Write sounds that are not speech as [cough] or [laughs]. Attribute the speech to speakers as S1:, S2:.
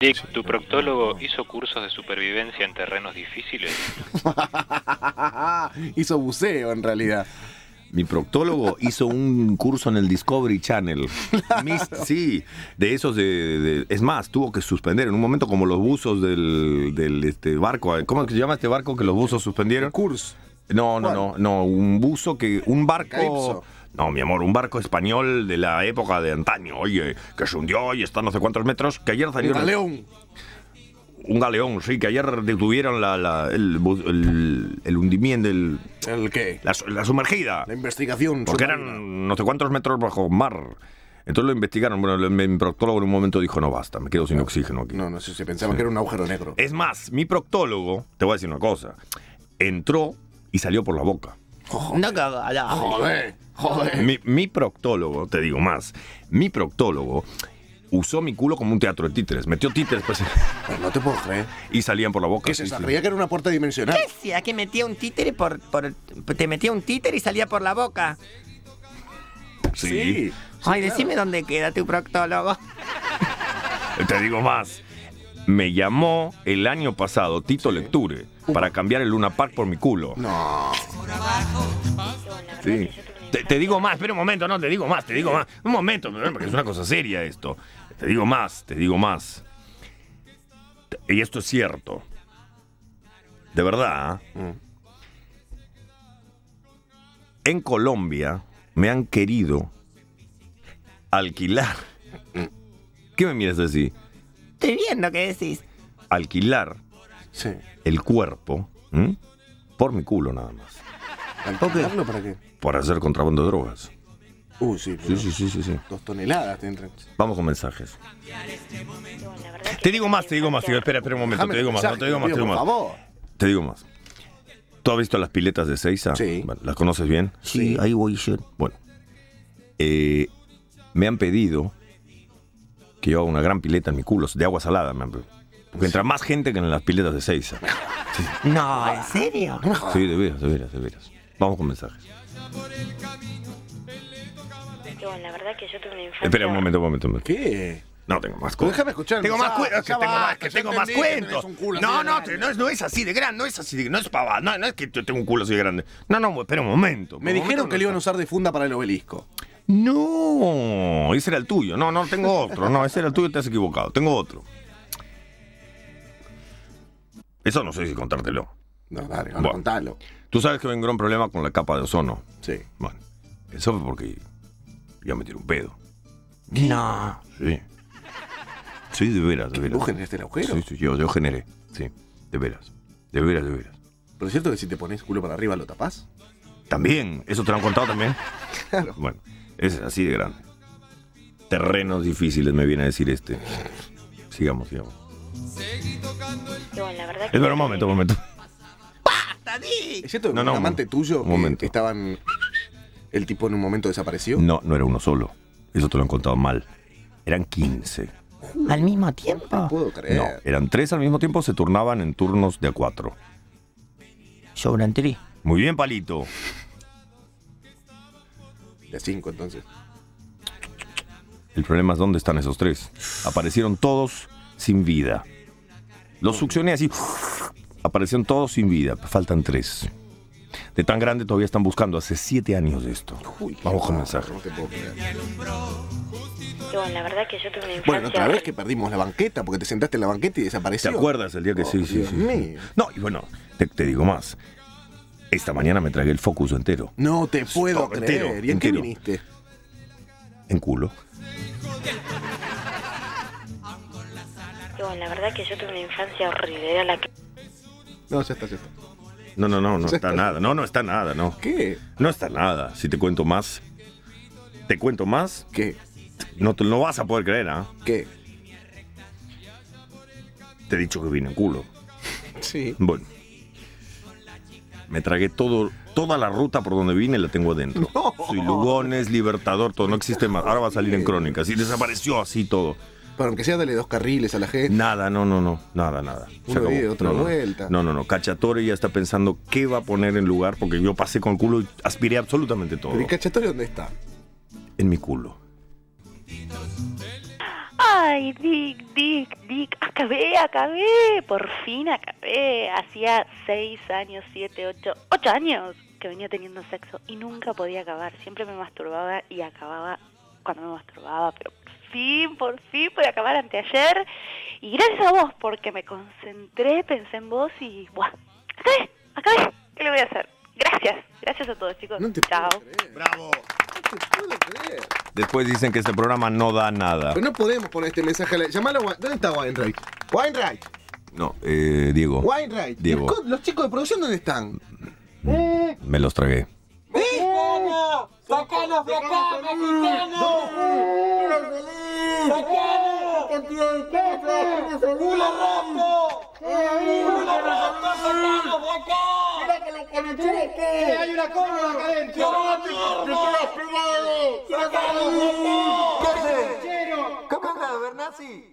S1: Dick, ¿tu proctólogo hizo cursos de supervivencia en terrenos difíciles?
S2: [laughs] Hizo buceo en realidad.
S3: Mi proctólogo
S2: [laughs]
S3: hizo un curso en el Discovery Channel. Mis- sí, de esos de, de- Es más, tuvo que suspender en un momento como los buzos del, del, este, barco. ¿Cómo se llama este barco que los buzos suspendieron?
S2: Curso.
S3: No, no,
S2: ¿Cuál?
S3: no, no, un buzo que. Un barco.
S2: Calypso.
S3: No, mi amor, un barco español de la época de antaño, oye, que se hundió y está a no sé cuántos metros, que ayer salió...
S2: Un galeón.
S3: Un galeón, sí, que ayer detuvieron la, la- el, bu- el- el hundimiento, el-
S2: ¿El qué?
S3: la, su- la sumergida.
S2: La investigación.
S3: Porque
S2: submarina.
S3: eran no sé cuántos metros bajo mar. Entonces lo investigaron. Bueno, el- mi proctólogo en un momento dijo, no basta, me quedo sin oxígeno aquí.
S2: No, no sé si pensaban que era un agujero negro.
S3: Es más, mi proctólogo, te voy a decir una cosa, entró y salió por la boca.
S2: Joder, joder.
S3: Mi, mi proctólogo, te digo más, mi proctólogo usó mi culo como un teatro de títeres. Metió títeres pues, [laughs]
S2: Pero no te puedo creer.
S3: y salían por la boca.
S2: ¿Qué es
S3: sí,
S2: esa?
S3: sí.
S2: Creía que era una puerta dimensional.
S4: ¿Qué hacía? Que metía un títere por, por- Te metía un títere y salía por la boca.
S3: Sí.
S4: Ay, decime dónde queda tu proctólogo.
S3: Te digo más. Me llamó el año pasado Tito Lecture para cambiar el Luna Park por mi culo.
S2: No.
S3: Sí. Te, te digo más, espera un momento, no, te digo más, te digo más. Un momento, porque es una cosa seria esto. Te digo más, te digo más. Te- Y esto es cierto. De verdad. ¿eh? En Colombia me han querido alquilar. ¿Qué me miras así?
S4: Estoy viendo qué decís.
S3: Alquilar
S2: Sí.
S3: el cuerpo ¿m? por mi culo nada más.
S2: ¿Alquilarlo para qué?
S3: Por hacer contrabando de drogas.
S2: Uh, sí,
S3: Sí,
S2: pero
S3: sí, sí, sí, sí.
S2: Dos toneladas te entran.
S3: Vamos con mensajes. Te digo más, te digo más. te digo- espera, espera un momento.
S2: Déjame
S3: Te digo más, no,
S2: mensaje,
S3: te digo más,
S2: tío,
S3: te digo
S2: por
S3: más.
S2: favor.
S3: Te digo más. ¿Tú has visto las piletas de Seiza?
S2: Sí.
S3: Bueno, ¿Las conoces bien?
S2: Sí.
S3: Ahí voy yo. Bueno. eh, me han pedido que yo haga una gran pileta en mi culo, de agua salada. Me han pedido. Porque entra más gente que en las piletas
S2: [laughs]
S3: de Seiza.
S4: No, ¿en serio?
S3: Sí, de veras, de veras, de veras. Vamos con mensajes.
S5: la verdad que yo tuve una infancia.
S3: Espera un momento, un momento. un momento.
S2: ¿Qué?
S3: No, tengo más
S2: Pues
S3: cosas.
S2: déjame escuchar el
S3: Tengo más
S2: mensaje,
S3: cuentos, que
S2: ya
S3: tengo más,
S2: basta,
S3: que
S2: ya
S3: tengo más
S2: entendí que tenés
S3: cuentos.
S2: un culo
S3: No,
S2: así de
S3: no,
S2: grande.
S3: te- no, es- no es así de grande, no es así de no es pavada, no, no es que yo tengo un culo así de grande. No, no, espera un
S2: Me
S3: momento. un momento,
S2: dijeron que
S3: no
S2: le iban a
S3: está.
S2: usar de funda para el obelisco.
S3: No, ese era el tuyo. No, no, tengo otro. No, ese era el tuyo, te has equivocado. Tengo otro. Eso no sé si contártelo.
S2: No, dale, ahora
S3: Bueno.
S2: contalo.
S3: Tú sabes que vengo un gran problema con la capa de ozono.
S2: Sí.
S3: Bueno, eso fue porque yo me tiré un pedo.
S4: No.
S3: Sí. Sí, de veras, de veras.
S2: ¿Vos generaste el agujero?
S3: Sí, sí, yo, yo generé. Sí, de veras. De veras, de veras.
S2: Pero es cierto que si te pones culo para arriba lo tapás.
S3: También, eso te lo han contado también. Bueno, es así de grande. Terrenos difíciles me viene a decir este. Sigamos, sigamos.
S5: la verdad
S3: Espera un momento, un momento.
S2: ¿Es cierto que
S3: No,
S2: un
S3: no,
S2: amante
S3: un-
S2: tuyo
S3: un
S2: que
S3: momento.
S2: estaban. El tipo en un momento desapareció?
S3: No, no era uno solo. Eso te lo han contado mal. Eran 15.
S4: ¿Al mismo tiempo?
S2: Puedo
S3: No,
S2: creer.
S3: eran tres al mismo tiempo, se turnaban en turnos de a cuatro.
S4: Yo enteré.
S3: Muy bien, Palito.
S2: De cinco entonces.
S3: El problema es dónde están esos tres. Aparecieron todos sin vida. Los succioné así. Aparecieron todos sin vida. Faltan tres. De tan grande todavía están buscando. Hace siete años de esto.
S2: Uy, qué
S3: Vamos con
S2: bárbaro,
S3: mensaje.
S2: no te puedo creer.
S5: la verdad que yo tuve una infancia.
S2: Bueno, otra vez que perdimos la banqueta porque te sentaste en la banqueta y
S3: ¿Te
S2: desapareció.
S3: acuerdas el día que sí,
S2: Oh,
S3: sí,
S2: Dios
S3: sí?
S2: mío.
S3: No, y bueno, te, te digo más. Esta mañana me tragué el focus entero.
S2: No te puedo
S3: Todo
S2: creer.
S3: entero,
S2: ¿Y en qué
S3: entero.
S2: viniste?
S3: En culo.
S5: la verdad que yo tuve una infancia horrible. Era la que.
S2: No, ya está, ya está.
S3: No, no, no,
S2: [laughs]
S3: no está nada. No, no está nada, no.
S2: ¿Qué?
S3: No está nada. Si te cuento más, te cuento más,
S2: ¿Qué?
S3: no, te- no vas a poder creer, ¿ah?
S2: ¿Qué?
S3: Te he dicho que vine en culo.
S2: Sí. [laughs]
S3: Bueno. Me tragué todo, toda la ruta por donde vine, la tengo adentro. Soy Lugones, Libertador, todo, no existe más. Ahora va a salir en crónicas. Y desapareció así todo.
S2: Pero aunque sea dale dos carriles a la gente.
S3: Nada, no, no, no, nada, nada. Se
S2: Uno
S3: acabó.
S2: vive, otra
S3: no, no.
S2: vuelta.
S3: No, no, no. Cachatore ya está pensando qué va a poner en lugar, porque yo pasé con el culo y aspiré absolutamente todo.
S2: ¿Pero ¿Y cachatorio dónde está?
S3: En mi culo.
S5: Ay, Dick, Dick, Dick, acabé, acabé, por fin acabé. Hacía seis años, siete, ocho, ocho años que venía teniendo sexo y nunca podía acabar. Siempre me masturbaba y acababa cuando me masturbaba, pero por fin, por fin pude acabar anteayer. Y gracias a vos, porque me concentré, pensé en vos y, ¡buah! Acabé, acabé. ¿Qué le voy a hacer? Gracias, gracias a todos, chicos.
S2: No te
S5: Chao.
S2: puedo creer.
S4: Bravo.
S2: No te puedo creer.
S3: Después dicen que este programa no da nada.
S2: Pero no podemos poner este mensaje. a la- Llamalo a Wa- ¿Dónde está Wainwright? Wainwright.
S3: No, eh, Diego,
S2: Wainwright.
S3: Diego.
S2: Scott, ¿Los chicos de producción dónde están?
S3: me los tragué.
S6: ¡Sacanos de acá, mexicanos! ¡Sacanos! ¡Una rato! ¡Una rato! ¡Sacanos de acá! ¡Mira que lo conectaste! ¡Hay una cobra acá adentro! ¡No, no, ¡Sacanos de acá! ¡Coge! ¡Coge, Bernasi!